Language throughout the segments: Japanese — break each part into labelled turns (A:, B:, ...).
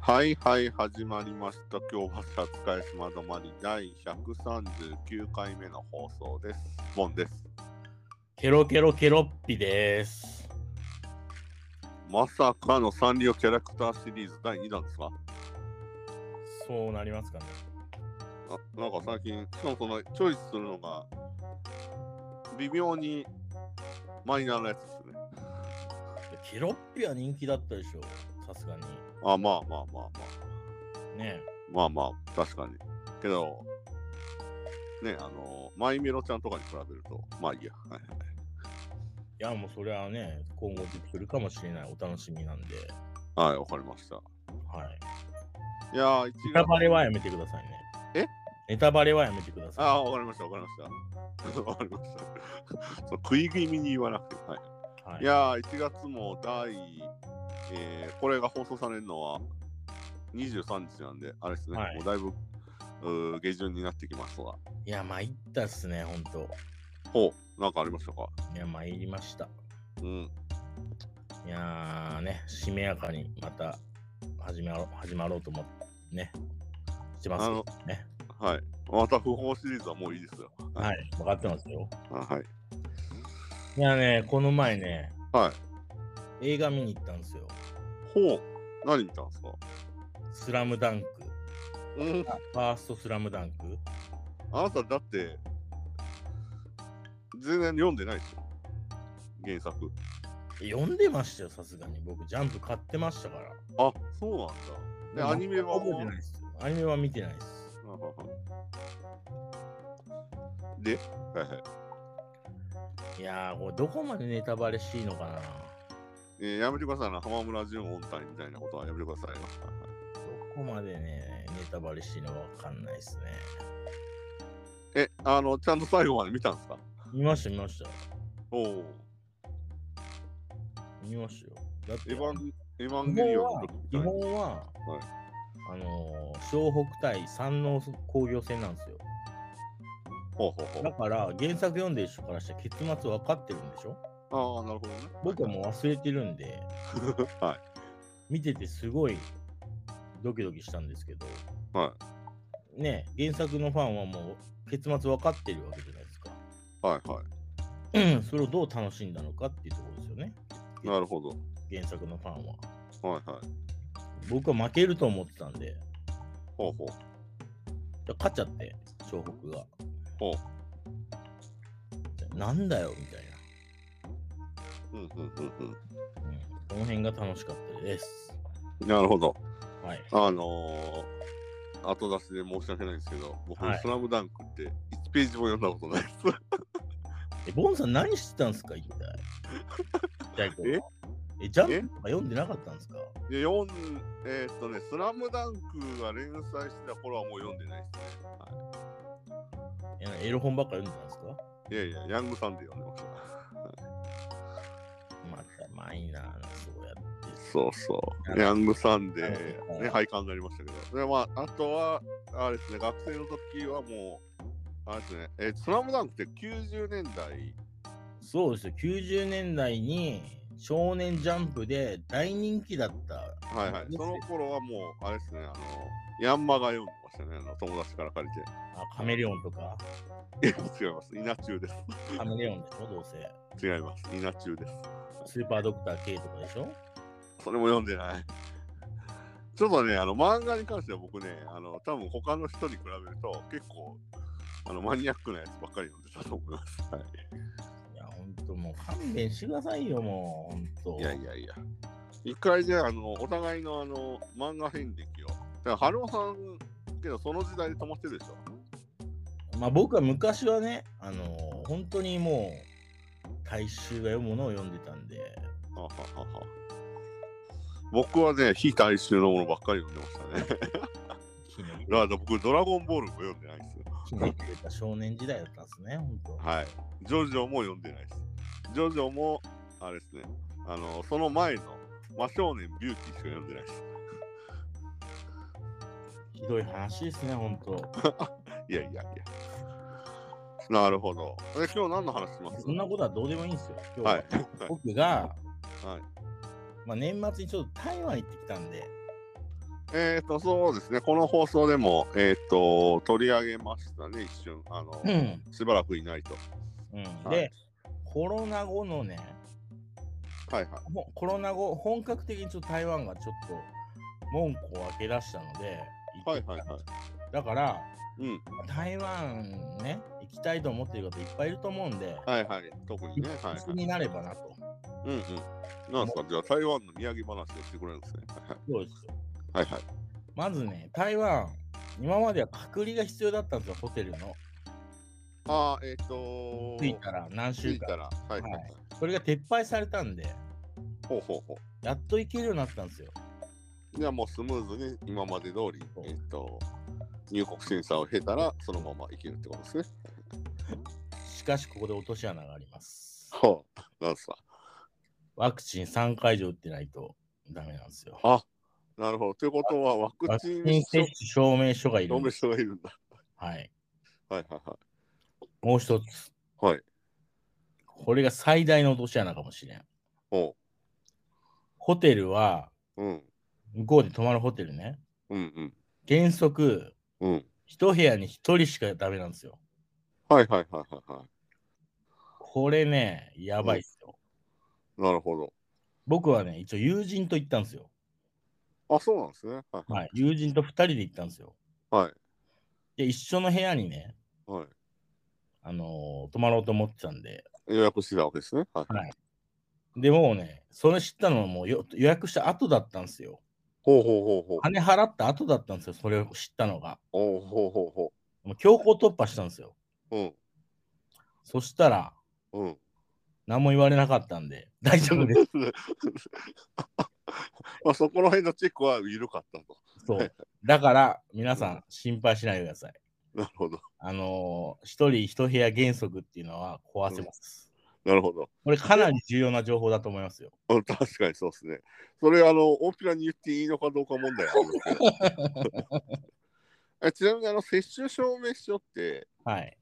A: はいはい始まりました今日は「100回しまどまり」第139回目の放送ですボンです
B: ケロケロケロッピです。
A: まさかのサンリオキャラクターシリーズ第2弾ですか
B: そうなりますかね。
A: あなんか最近しかもそのチョイスするのが微妙にマイナーなやつですね
B: ケロッピは人気だったでしょ。さすがに。
A: あまあまあまあまあ
B: ね
A: まあまあ確かにけどねあのマイメロちゃんとかに比べるとまあいいや、はい
B: え。いや、もうそれはね、今後出てくるかもしれない。お楽しみなんで。
A: はい、わかりました。
B: はい。
A: いやー、一
B: ネタ
A: 月。
B: バレはやめてくださいね。
A: え
B: ネタバレはやめてください。
A: ああ、わかりました、わかりました。 わかりました。そう食い気味に言わなくても。はい、、
B: はいい、
A: やー、1月も第、えーこれが放送されるのは23日なんで、あれですね、
B: はい
A: もうだいぶうー下旬になってきますが。
B: いや、参ったっすね、ほんと。
A: ほう、なんかありましたか
B: いや、参りました。
A: うん。
B: いやーね、しめやかにまた始まろう始まろうと思ってね。してますけどね。
A: はい。また不法シリーズはもういいですよ。
B: はい、分かってますよ。
A: あはい。
B: いやね、この前ね、
A: はい。
B: 映画見に行ったんですよ。
A: ほう、何見たんですか
B: スラムダンク。
A: うん。
B: ファーストスラムダンク。
A: あなただって全然読んでないでしょ原作
B: 読んでましたよ、さすがに。僕、ジャンプ買ってましたから。
A: あそうなんだでアニメは
B: 覚えてないっすよ。アニメは見てないです。
A: で、 はいはい
B: いやー、これどこまでネタバレしていいのかな
A: えーやめてくださいな浜村淳音体みたいなことはやめてくださいよ
B: どこまでね、ネタバレしていいのかわかんないですね。
A: えあのちゃんと最後まで見たんですか
B: 見ました、見ました。
A: おお
B: 見ましたよ。だって、
A: エヴァンエヴァン
B: 基
A: ゲリ
B: 本
A: オンの
B: は
A: 時み、
B: 基
A: たいな
B: 本は、あのー、湘北対山王工業戦なんですよ。
A: ほうほうほ
B: だから、原作読んでる人からしたら結末分かってるんでしょ
A: うああなるほどね
B: 僕はもう忘れてるんで、
A: はい
B: 見ててすごいドキドキしたんですけど、
A: は
B: ねえ、原作のファンはもう結末分かってるわけじゃないですか。
A: いはいは
B: それをどう楽しんだのかっていうところですよね、
A: いなるほど
B: 原作のファンは。
A: はいはい
B: 僕は負けると思ってたんで、
A: ほうほう
B: 勝っちゃって、湘北が。
A: ほ
B: なんだよみたい
A: うんうんうん
B: な、うん。この辺が楽しかったです。
A: うんなるほど
B: はい。
A: あのー、後出しで申し訳ないんですけど、僕、
B: はい
A: スラムダンクって1ページも読んだことないです。
B: え、ボンさん何してたんですか一体。ジャイコはえ、ジャンプとか読んでなかったんですか
A: で、読ん、えーっとね、スラムダンクが連載してた頃はもう読んでないですね。は
B: えエロ本ばっか読んでたんですか
A: い、いやいや、ヤングサンデー読んでました。
B: またマイナーな、そうやって。
A: そうそう。ヤングサンデ
B: は
A: ー、
B: い
A: ね、廃刊になりましたけど。で、まあ、あとは、あれですね、学生の時はもう、あれですね、えースラムダンクって90年代、
B: そうですよ、90年代に少年ジャンプで大人気だった。
A: はいはい、その頃はもう、あれですね、あの、ヤンマが読んでましたね、あの友達から借りて。
B: あカメレオンとか、
A: いや違います。稲中です。
B: カメレオンでしょ、どうせ。
A: 違います。稲中です。
B: スーパードクター K とかでしょ
A: それも読んでない。ちょっとね、あの漫画に関しては僕ね、あの多分他の人に比べると結構あのマニアックなやつばっかり読んでたと思います。はい
B: や、ほんともう勘弁してくださいよ、もう。ほんと。
A: い、いやいやいや。一回じゃあのお互いのあの漫画遍歴を。だから春尾さんけどその時代で止まってるでしょ。
B: まあ僕は昔はね、あのー本当にもう、大衆が読むものを読んでたんで、
A: あははは僕はね、非大衆のものばっかり読んでましたね。
B: ひね り
A: だから僕、ドラゴンボールも読んでないですよ。
B: ひねり出た少年時代だったんですね、ほんと。
A: はい。ジョジョも読んでないです。ジョジョも、あれですね、あの、その前の真少年ビューティーしか読んでないです。
B: ひどい話ですね、ほんと。
A: いやいやいや。なるほど。え、今日何の話します
B: そんなことはどうでもいいんですよ。今日は
A: はい。
B: 僕が、
A: はい
B: まあ、年末にちょっと台湾行ってきたんで、
A: えっ、と、そうですね、この放送でも、えっ、と、取り上げましたね、一瞬。あの、
B: うん。
A: しばらくいないと。
B: うん、
A: はい
B: で、コロナ後のね、
A: はいはい。
B: ほコロナ後、本格的にちょっと台湾がちょっと門戸を開け出したので、
A: はいはいはい。
B: だから、
A: うん。
B: 台湾ね、行きたいと思っている方いっぱいいると思うんで、
A: はいはい。特にね。はい、
B: 一
A: は
B: 緒
A: い。
B: になればなと。
A: うんうん。なんですか、じゃあ台湾の土産話をしてくれるんですね。
B: そうですよ
A: はいはい。
B: まずね、台湾、今までは隔離が必要だったんですよ、ホテルの。
A: ああ、えっ、と
B: 着いたら何
A: 着
B: 週
A: いた
B: 間。
A: ら。はいはい、はい
B: はそれが撤廃されたんで、
A: ほうほうほ
B: やっと行けるようになったんですよ。
A: う。じゃあもうスムーズに今まで通り
B: そう、
A: えっ、と、入国審査を経たら、そのまま行けるってことですね。
B: しかし、ここで落とし穴があります。
A: ほう。なんすか。
B: ワクチン3回以上打ってないとダメなんですよ。
A: あなるほど。ということは、ワク
B: ワク
A: チ
B: チ
A: ン
B: ン接種
A: 証
B: 証明書がいるん
A: 明
B: です。
A: 書がいるんだ。
B: はい。
A: はいはいはい。
B: もう一つ。
A: はい。
B: これが最大の落とし穴かもしれん。
A: ほ
B: ホテルは、
A: う。うん。
B: 向こうで泊まるホテルね。
A: うん
B: 原則、
A: うん。うん。
B: 一部屋に一人しかダメなんですよ。
A: はいはいはいはいは
B: これね、やばいっすよ。
A: い。なるほど。
B: 僕はね、一応友人と行ったんですよ。
A: あ、そうなんですね。はい
B: はい、友人と2人で行ったんですよ。
A: はい。
B: で、一緒の部屋にね、
A: は
B: あのー泊まろうと思ってたんで、
A: い。予約してたわけですね。はい。
B: はいでもうね、それ知ったのはもうよ予約した後だったんですよ。
A: ほうほうほうほう。
B: 金払った後だったんですよ、それを知ったのが。
A: おうほうほうほ
B: もう強行突破したんですよ。
A: う。うん。
B: そしたら、
A: うん。
B: 何も言われなかったんで、大丈夫です。
A: まあそこら辺のチェックは緩かったと。
B: そう。だから、皆さん、心配しないでください。
A: なるほど。
B: あのー一人一部屋原則っていうのは壊せます。
A: なるほど。
B: これかなり重要な情報だと思いますよ。
A: うん確かにそうですね。それ、あの、大ピラに言っていいのかどうか問題あるんですけど。 えちなみに、あの、接種証明書って、
B: はい。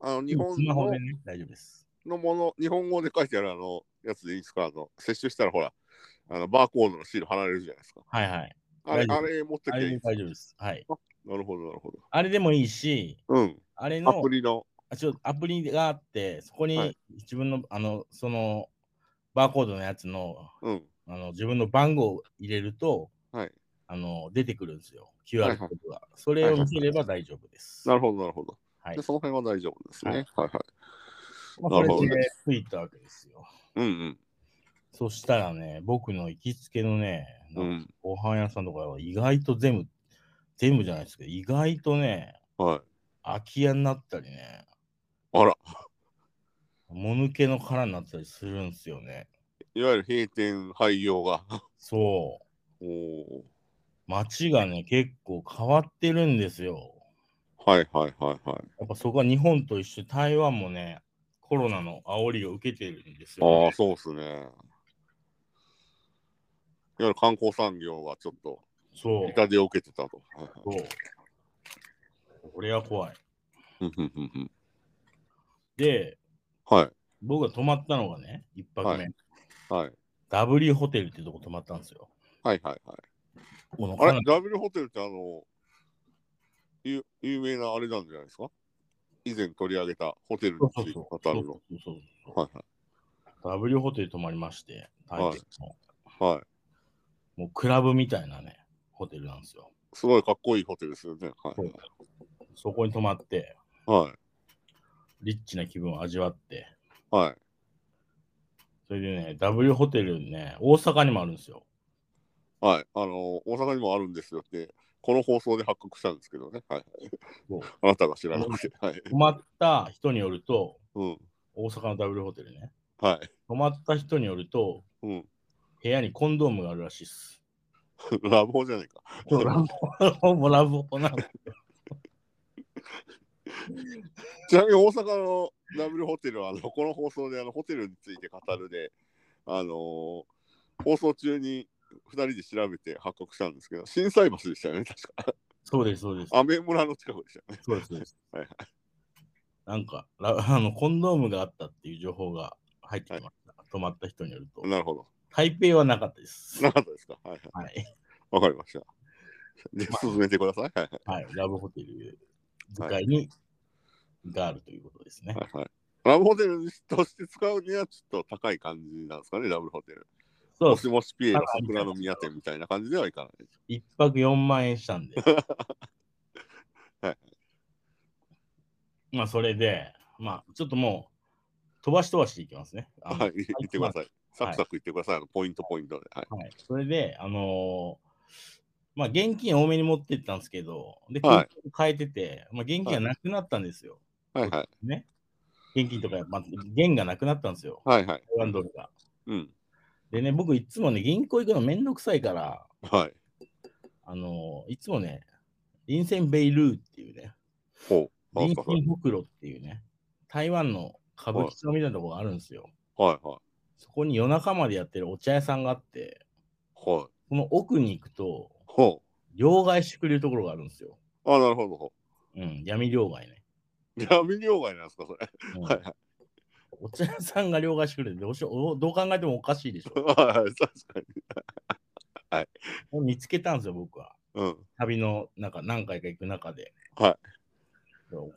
A: あの、日本
B: スマホ
A: の
B: でね、大丈夫です。
A: のもの、日本語で書いてあるあの、やつでいいですかあの、接種したらほら、あの、バーコードのシール貼られるじゃないですか。
B: はいはい。
A: あれ、
B: 大丈
A: あ
B: 夫
A: れ持ってき
B: あ
A: てい
B: れ
A: い
B: で
A: んですか
B: 大丈夫です。はい。
A: なるほど、なるほど。
B: あれでもいいし、
A: うん。
B: あれの
A: アプリの、
B: あちょアプリがあって、そこ
A: は
B: に
A: い
B: 自分の、あの、その、バーコードのやつの
A: うん。
B: あの自分の番号を入れると、
A: はい。
B: あの出てくるんですよ、
A: はいは
B: QR
A: い
B: コードが。それを見せれば大丈夫です。
A: なるほど、なるほど。
B: はい
A: で、その辺は大丈夫ですね。
B: は
A: はいい、はい、
B: まあ、
A: な
B: こ
A: るほど
B: れ
A: ね
B: でついたわけですよ。
A: うん
B: そしたらね、僕の行きつけのね、
A: うん。うん。
B: ご飯屋さんとかは意外と全部、全部じゃないですけど、意外とね、
A: はい。
B: 空き家になったりね、
A: あら、
B: もぬけの殻になったりするんですよね。
A: いわゆる閉店廃業が。
B: そう。
A: おお。
B: 街がね、結構変わってるんですよ。
A: はいはいはいはい。
B: やっぱそこは日本と一緒、台湾もね、コロナの煽りを受けてるんですよ、
A: ああ、そうですね。いわゆる観光産業がちょっと
B: そう。
A: 痛手を受けてたと。はいはい
B: そう。これは怖い。
A: うんうんうんうん
B: で、
A: はい
B: 僕が泊まったのがね、一泊目、
A: ははい
B: W ホテルっていうとこ泊まったんですよ。
A: はいはいはい。
B: この
A: あ
B: かな
A: れ、ダブルホテルってあの、有有名なあれなんじゃないですか以前取り上げたホテル
B: そう
A: につ
B: そう
A: いて
B: そう
A: 語
B: そう
A: るの。
B: そうそう
A: はい
B: そう。W ホテル泊まりまして、台北の
A: はいはい。はい。
B: もうクラブみたいなね、ホテルなんですよ。
A: すごいかっこいいホテルですよね。はい。
B: そこに泊まって、
A: はい。
B: リッチな気分を味わって、
A: はい。
B: それでね、W ホテルね、大阪にもあるんですよ。
A: はい。あの大阪にもあるんですよって、この放送で発覚したんですけどね。はい
B: そう。
A: あなたが知らなくて。はい。
B: 泊まった人によると、
A: うん。
B: 大阪の W ホテルね、
A: はい。
B: 泊まった人によると、
A: うん。
B: 部屋にコンドームがあるらしいっす。
A: ラボじゃないか。
B: そうラボもラボなの。
A: ちなみに大阪のダブルホテルは、あのこの放送であのホテルについて語るで、あのー放送中に2人で調べて発覚したんですけど、心斎橋でしたよね、確か。
B: そうです、そうです。
A: アメ村の近くでしたよね。
B: そうです、そうです
A: はいは。
B: なんかラあの、コンドームがあったっていう情報が入ってきました。泊まった人によると。
A: なるほど。
B: 台北はなかったです。
A: なかったですか。はいはい。
B: はい。
A: わかりました。で、進めてください。はい
B: はい、ラブホテル使いに、があるということですね。
A: はいはいはい。ラブホテルとして使うにはちょっと高い感じなんですかね、ラブホテル。
B: そう
A: も
B: です
A: しもしピエロ桜の宮店みたいな感じではいかない。
B: 一泊4万円したんで。
A: はい
B: まあ、それで、まあ、ちょっともう、飛ばし飛ばしていきますね。あの
A: はい、言ってください。サクサク言ってください。ポイントポイントで。はい。
B: はい、それで、あのーまあ、現金多めに持ってったんですけど、で、
A: はい
B: 変えてて、まあ、現金がなくなったんですよ。
A: はいはい。
B: 現金とか、まあ、現がなくなったんですよ。
A: はいはい。
B: ワンドルが。
A: うん。
B: でね、僕、いつもね、銀行行くのめんどくさいから、
A: はい。
B: あのーいつもね、臨線ベイルーっていうね、
A: ほう。なん
B: 臨
A: すかそれ
B: 線袋っていうね、台湾の歌舞伎町みたいなとこがあるんですよ。
A: はいは
B: そこに夜中までやってるお茶屋さんがあって、
A: い。はい。
B: この奥に行くと、
A: ほ
B: 両替してくれるところがあるんですよ。
A: う。あ、なるほど。ほ
B: うん、闇両替ね。
A: う闇両替なんですか、それ。
B: うん
A: はいはい。
B: お茶屋さんが両替してくれるどうしようおどう考えてもおかしいでしょ。
A: はいはい。確かに。
B: 見つけたんですよ、僕は。
A: うん。
B: 旅の中、何回か行く中で。。
A: はい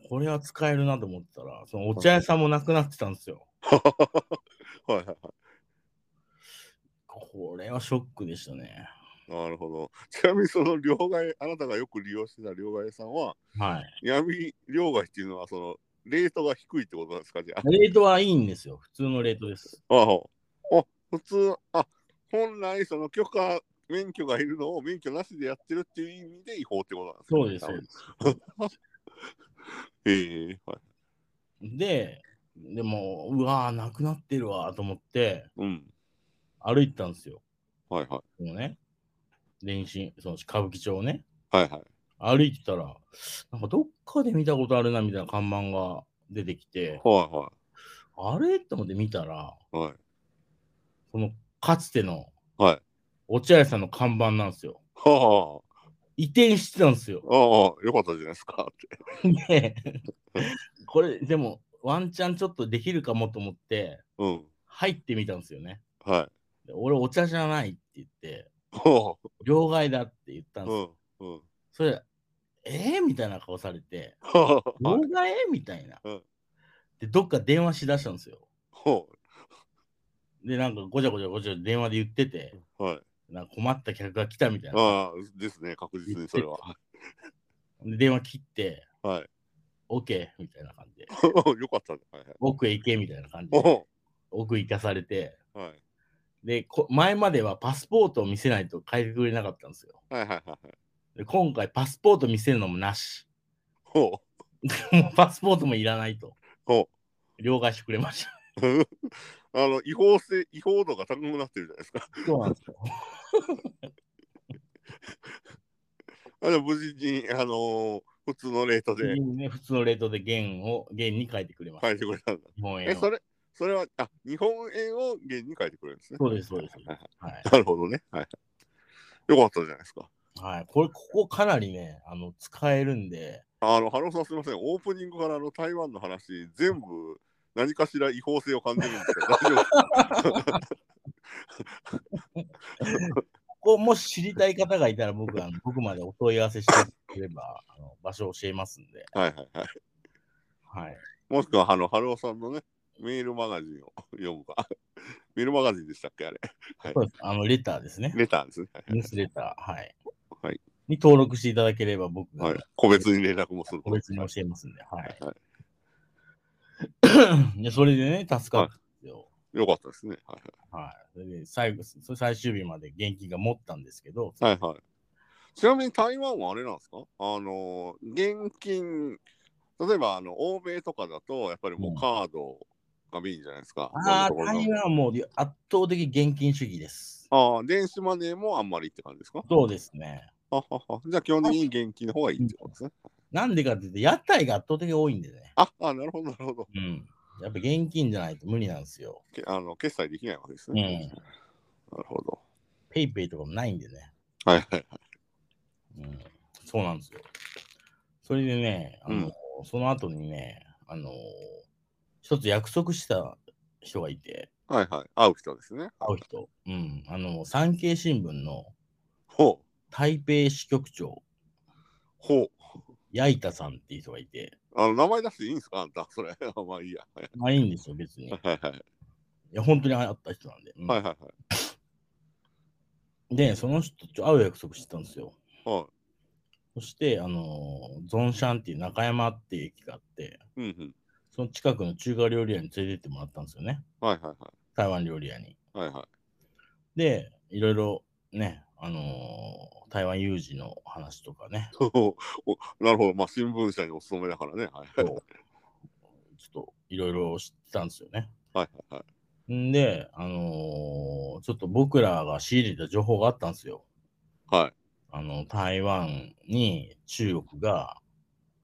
B: これは使えるなと思ったら、そのお茶屋さんもなくなってたんですよ。
A: はいはいはい。
B: これはショックでしたね。
A: なるほど。ちなみにその両替、あなたがよく利用してた両替さんは、
B: はい。
A: 闇両替っていうのは、その、レートが低いってことなんですかじゃあ。
B: レートはいいんですよ。普通のレートです。
A: ああ、あ普通、あ本来、その許可、免許がいるのを免許なしでやってるっていう意味で違法ってことなんですね
B: そうです、そうです。
A: ええはい。
B: で、でも、うわー、なくなってるわーと思って、
A: うん。
B: 歩いてたんですよ。
A: はいはい。
B: このね、練習、その歌舞伎町をね、
A: はいはい。
B: 歩いてたら、なんかどっかで見たことあるなみたいな看板が出てきて、
A: は
B: あれと思って見たら、
A: いはい。はい。
B: そのかつての
A: はい。
B: お茶屋さんの看板なんですよ。
A: は
B: 移転してたんですよ。
A: あ、ああ、よかったじゃないですかって。
B: でこれ、でも、ワンチャンちょっとできるかもと思って、
A: うん。
B: 入ってみたんですよね。
A: はい。
B: で俺、お茶じゃないって言って、
A: は
B: 両替だって言った
A: あ、
B: ん
A: う
B: ですよ。
A: ん。うん。
B: それ、えー、みたいな顔されて、
A: はあ、
B: 両
A: はい。
B: 替みたいな
A: うん。
B: で、どっか電話しだしたんですよ。
A: ほ
B: で、なんかごちゃごちゃごちゃ電話で言ってて、
A: うはい。
B: なんか困った客が来たみたいな。
A: ああ、ですね、確実にそれは。
B: で、電話切って、
A: はい。
B: OK! みたいな感じで、
A: よかったね。はいはい。
B: 奥へ行けみたいな感じで、
A: お
B: 奥行かされて、
A: うはい。
B: でこ、前まではパスポートを見せないと変えてくれなかったんですよ。
A: はいはいはいはい。
B: で今回パスポート見せるのもなし。
A: ほう。
B: もうパスポートもいらないと。
A: ほ
B: 両替してくれました。
A: う。あの違法性違法度が高くなってるじゃないですか。
B: そうなんですよ。
A: あの無事に、あのー普通のレートで
B: ね普通のレートで元を元に変えてくれました。
A: 書いてくれたんだ。
B: 日本円
A: え、
B: を
A: それ、それは、あ、日本円を元に書いてくれるんですね。
B: そうです、そうです。
A: はい
B: はい。
A: なるほどね。はい。よかったじゃないですか。
B: はい、これ、ここかなりね、あの使えるんで、
A: あの、ハローさんすみません。オープニングからあの台湾の話、全部何かしら違法性を感じるんですけど、 大丈夫ですか
B: ここもし知りたい方がいたら僕は、僕までお問い合わせしてくれば、 あの場所を教えますんで、
A: はいはいはい。
B: はい。
A: もしくは、あの、ハローさんのね、メールマガジンを読むか。 メールマガジンでしたっけあれ。はい
B: そうですあの、レターですね。
A: レターですね。はい
B: ニュースレター、はい。
A: はい
B: に登録していただければ、僕
A: は
B: が
A: い、個別に連絡もする
B: 個別に教えますんで、は。
A: はい
B: でそれでね、助かったんですよ。
A: い、よかったですね。は
B: はい。それで最後、それ最終日まで現金が持ったんですけど、
A: いはい、はいはい、ちなみに台湾はあれなんですかあのー、現金、例えばあの欧米とかだと、やっぱりも
B: うん
A: うカードがメインじゃないですか。
B: ああ、
A: どんなところ
B: 台
A: の
B: 湾はもう圧倒的現金主義です。
A: あー電子マネーもあんまりって感じですか
B: そうですね。
A: はははじゃあ基本的に現金の方がいいってことですね。
B: なんでかって言って、屋台が圧倒的に多いんでね。
A: ああ、なるほど、なるほど。
B: うん。やっぱ現金じゃないと無理なんですよ。
A: けあの決済できないわけです
B: うん
A: ね。。なるほど。
B: ペイペイとかもないんでね。
A: はいはいはい。
B: うん。そうなんですよ。それでね、あの、その後にね、あの、一つ約束した人がいて、
A: はいはい。会う人ですね。
B: 会う人。うん。あの、産経新聞の
A: ほ
B: 台北支局長、
A: ほう。
B: 矢板さんっていう人がいて、
A: あの、名前出していいんですかあんた、それ。 あまあいいや。はい
B: まあいいんですよ、別 に。い
A: はいはい。
B: や、本当に会った人なんで。うん
A: はいはいはい。
B: で、その人と会う約束してたんですよ。
A: は
B: そして、あのーゾンシャンっていう中山っていう駅があって、
A: い。うんうん。
B: その近くの中華料理屋に連れてってもらったんですよね。
A: はいはいは
B: 台湾料理屋に。
A: い。はいはい。
B: で、いろいろね、あのー台湾有事の話とかね、
A: おなるほど。まあ、新聞社にお勤めだからね。はい
B: そうちょっといろいろ知ってたんですよね。
A: はいはいはい。
B: んで、あのーちょっと僕らが仕入れた情報があったんですよ。
A: はい。
B: あの、台湾に中国が、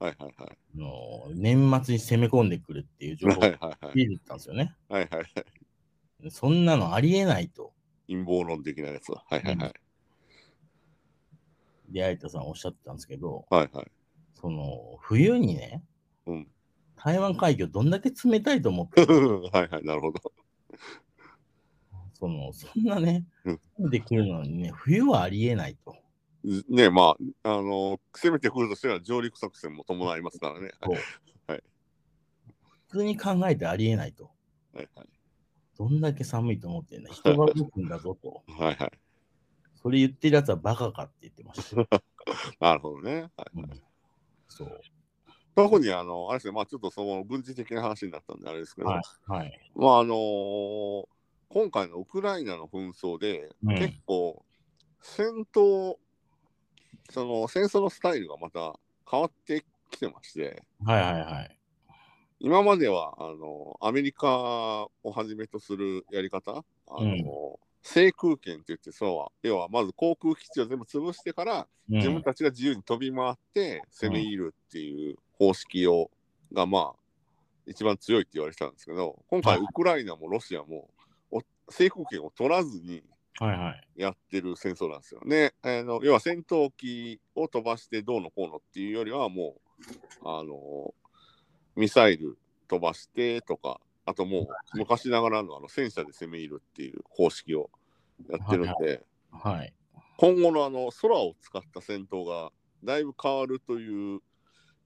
A: はいはいはい。
B: あのー年末に攻め込んでくるっていう情報
A: は
B: を
A: い
B: 仕
A: はいはい。
B: 入れてたんですよね。
A: はいはいはい。
B: そんなのありえないと、
A: 陰謀論的なやつは。はいはいはい。
B: 出会えたさんおっしゃってたんですけど、
A: はいはい。
B: その、冬にね、
A: うん
B: 台湾海峡どんだけ冷たいと思っ て
A: はいはい。なるほど。
B: その、そんなね
A: うん、
B: できるのにね、冬はありえないと。
A: ねまあ、あの攻めてくるとしたら上陸作戦も伴いますからね。
B: こう
A: はい
B: 普通に考えてありえないと。
A: はいはい。
B: どんだけ寒いと思ってんだ。人が動くんだぞと。
A: はいはい。
B: それ言ってるやつはバカかって言って ました。
A: なるほどね。はい
B: うんそう。
A: 特にあの、あれですね、まあちょっとその軍事的な話になったんであれですけど、
B: はいはい。
A: まああのー今回のウクライナの紛争で、
B: うん
A: 結構戦闘、その戦争のスタイルがまた変わってきてまして、
B: はいはいはい。
A: 今まではあのアメリカをはじめとするやり方、あの
B: うん
A: 制空権って言ってそうは、要はまず航空基地を全部潰してから、
B: うん
A: 自分たちが自由に飛び回って攻め入るっていう方式をがまあ一番強いって言われてたんですけど今回
B: は
A: ウ
B: い
A: クライナもロシアもお制空権を取らずに
B: はいはい。
A: やってる戦争なんですよね。あの要は戦闘機を飛ばしてどうのこうのっていうよりはもうあのミサイル飛ばしてとかあともう昔ながらのあの戦車で攻め入るっていう方式をやってるんで。
B: ははい。
A: 今後のあの空を使った戦闘がだいぶ変わるという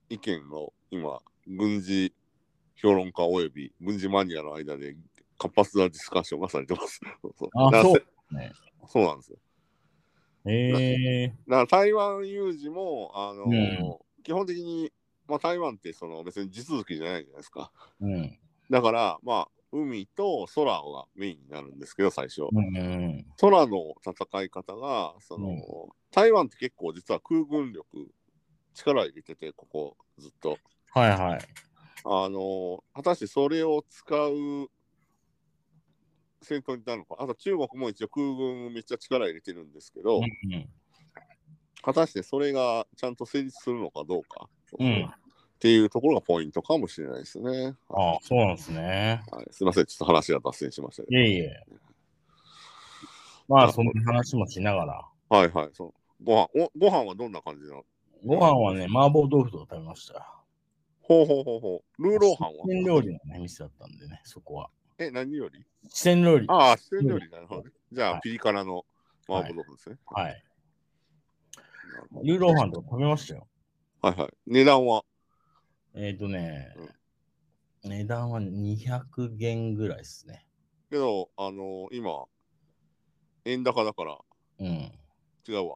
A: 意見を今軍事評論家および軍事マニアの間で活発なディスカッションがされてます。そうそう
B: あ
A: だから
B: そう
A: せ
B: ね
A: そうなんですよ。
B: え
A: だから台湾有事も、あの基本的に、まあ、台湾ってその別に地続きじゃないじゃないですか。
B: ー。うん。
A: だから、まあ、海と空がメインになるんですけど、最初。
B: うんうん
A: 空の戦い方がその、
B: うん
A: 台湾って結構実は空軍力力入れててここずっと
B: はいはい。
A: あの果たしてそれを使う戦闘になるのかあと中国も一応空軍めっちゃ力入れてるんですけど、
B: うん
A: 果たしてそれがちゃんと成立するのかどうか、
B: うん
A: っていうところがポイントかもしれないですね、
B: ああ、そうなんですね。
A: はい、すいませんちょっと話が脱線しましたけ
B: いえいえ。まあ、その話もしながら。
A: どはいはいそうご飯おご飯はどんな感じなの
B: ご飯はね、麻婆豆腐とか食べました。
A: ほうほうほうほうルーローハンは
B: 四川料理のね、店だったんでね、そこは。
A: え何より
B: 四川料理。
A: ああ、四川料理なるほどね。じゃ
B: は
A: あ、
B: い
A: ピリ辛の麻婆豆腐ですね。
B: はい。
A: なるほ
B: ルーローハンとか食べましたよ。
A: どはいはい。値段は、
B: えっ、とね、値段は200元ぐらいですね。
A: けど、あのー今、円高だから、
B: うん。
A: 違うわ。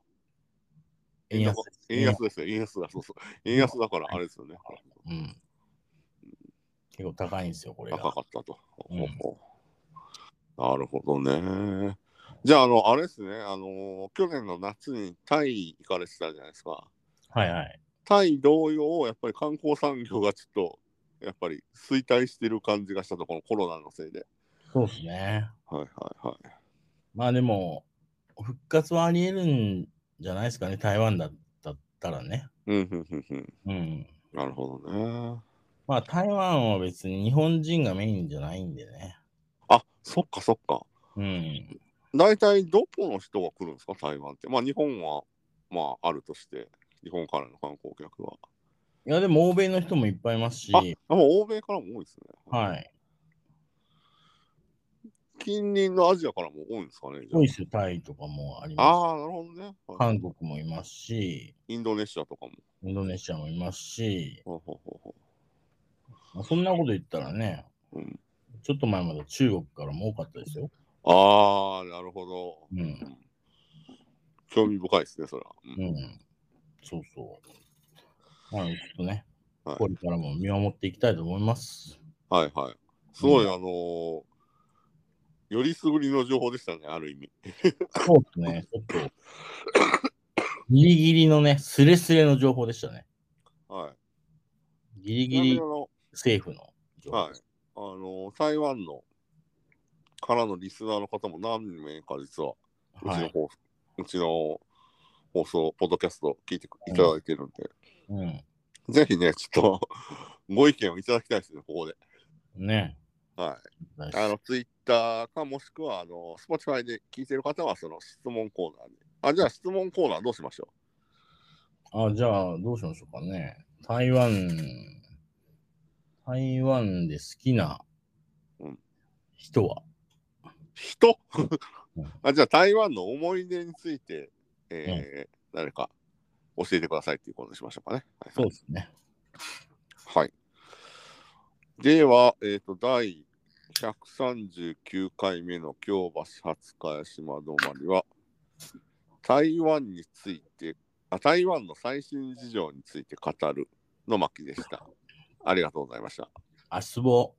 B: 円安です。
A: 円安ですよ、円安だ、そうそう。円安だから、あれですよね。
B: うん。結構高いんですよ、これが。
A: 高かったと。
B: うん
A: ほうほうなるほどね。じゃあ、あの、あれですね、あのー去年の夏にタイ行かれてたじゃないですか。
B: はいはい。
A: タイ同様、やっぱり観光産業がちょっと、やっぱり衰退してる感じがしたと、このコロナのせいで。
B: そうですね。
A: はいはいはい。
B: まあでも、復活はあり得るんじゃないですかね、台湾だだったらね。
A: うんうんうんうん。
B: うん。
A: なるほどね。
B: まあ台湾は別に日本人がメインじゃないんでね。
A: あそっかそっか。
B: うん。
A: 大体どこの人が来るんですか、台湾って。まあ日本は、まああるとして、日本からの観光客は。
B: いや、でも欧米の人もいっぱいいますし、
A: あ、
B: は
A: やっぱ欧米からも多いですね。
B: い。
A: 近隣のアジアからも多いんですかね。じゃ
B: ドイツ、タイとかもあり
A: あ
B: ま
A: あー、なるほどね。
B: す。
A: はい
B: 韓国もいますし、
A: インドネシアとかも。
B: インドネシアもいますし、
A: ほうほうほうほ
B: まあそんなこと言ったらね、
A: うん
B: ちょっと前まで中国からも多かったですよ。
A: うああ、なるほど。
B: うん
A: 興味深いですね、それは。うん
B: うん。そうそう。はい、ちょっとね、
A: はい
B: これからも見守っていきたいと思います。
A: はいはい。すごい、
B: う
A: あのーよりすぐりの情報でしたね、ある意味。
B: そうですね、ちょっと、ギリギリのね、スレスレの情報でしたね。
A: は
B: ギリ
A: い。
B: ギ
A: ちなみに
B: リ
A: あの、
B: 政府の情報。
A: はい。あのー台湾のからのリスナーの方も何名か実は、うち
B: は
A: の
B: い。
A: 放、うちの放送、ポッドキャスト聞いていただいてるんで、
B: う
A: ぜひね、ちょっとご意見をいただきたいですね、ここで。
B: ん。ね。
A: はい。
B: 大
A: あ
B: 好
A: の、ツイッターか、もしくは、あの、Spotify で聞いてる方は、その質問コーナーで。あ、じゃあ質問コーナーどうしましょ
B: きあ、じゃあ、どうしましょうかね。台湾、台湾で好きな
A: うん
B: 人は、
A: う人
B: うん
A: あじゃあ、台湾の思い出について、えー誰か教えてくださいっていうことにしましょうかね。はい、
B: そうですね。
A: はい。では、えっ、と、第139回目の京橋初茅島止まりは、台湾についてあ、台湾の最新事情について語るの巻でした。ありがとうございました。
B: 足つぼ。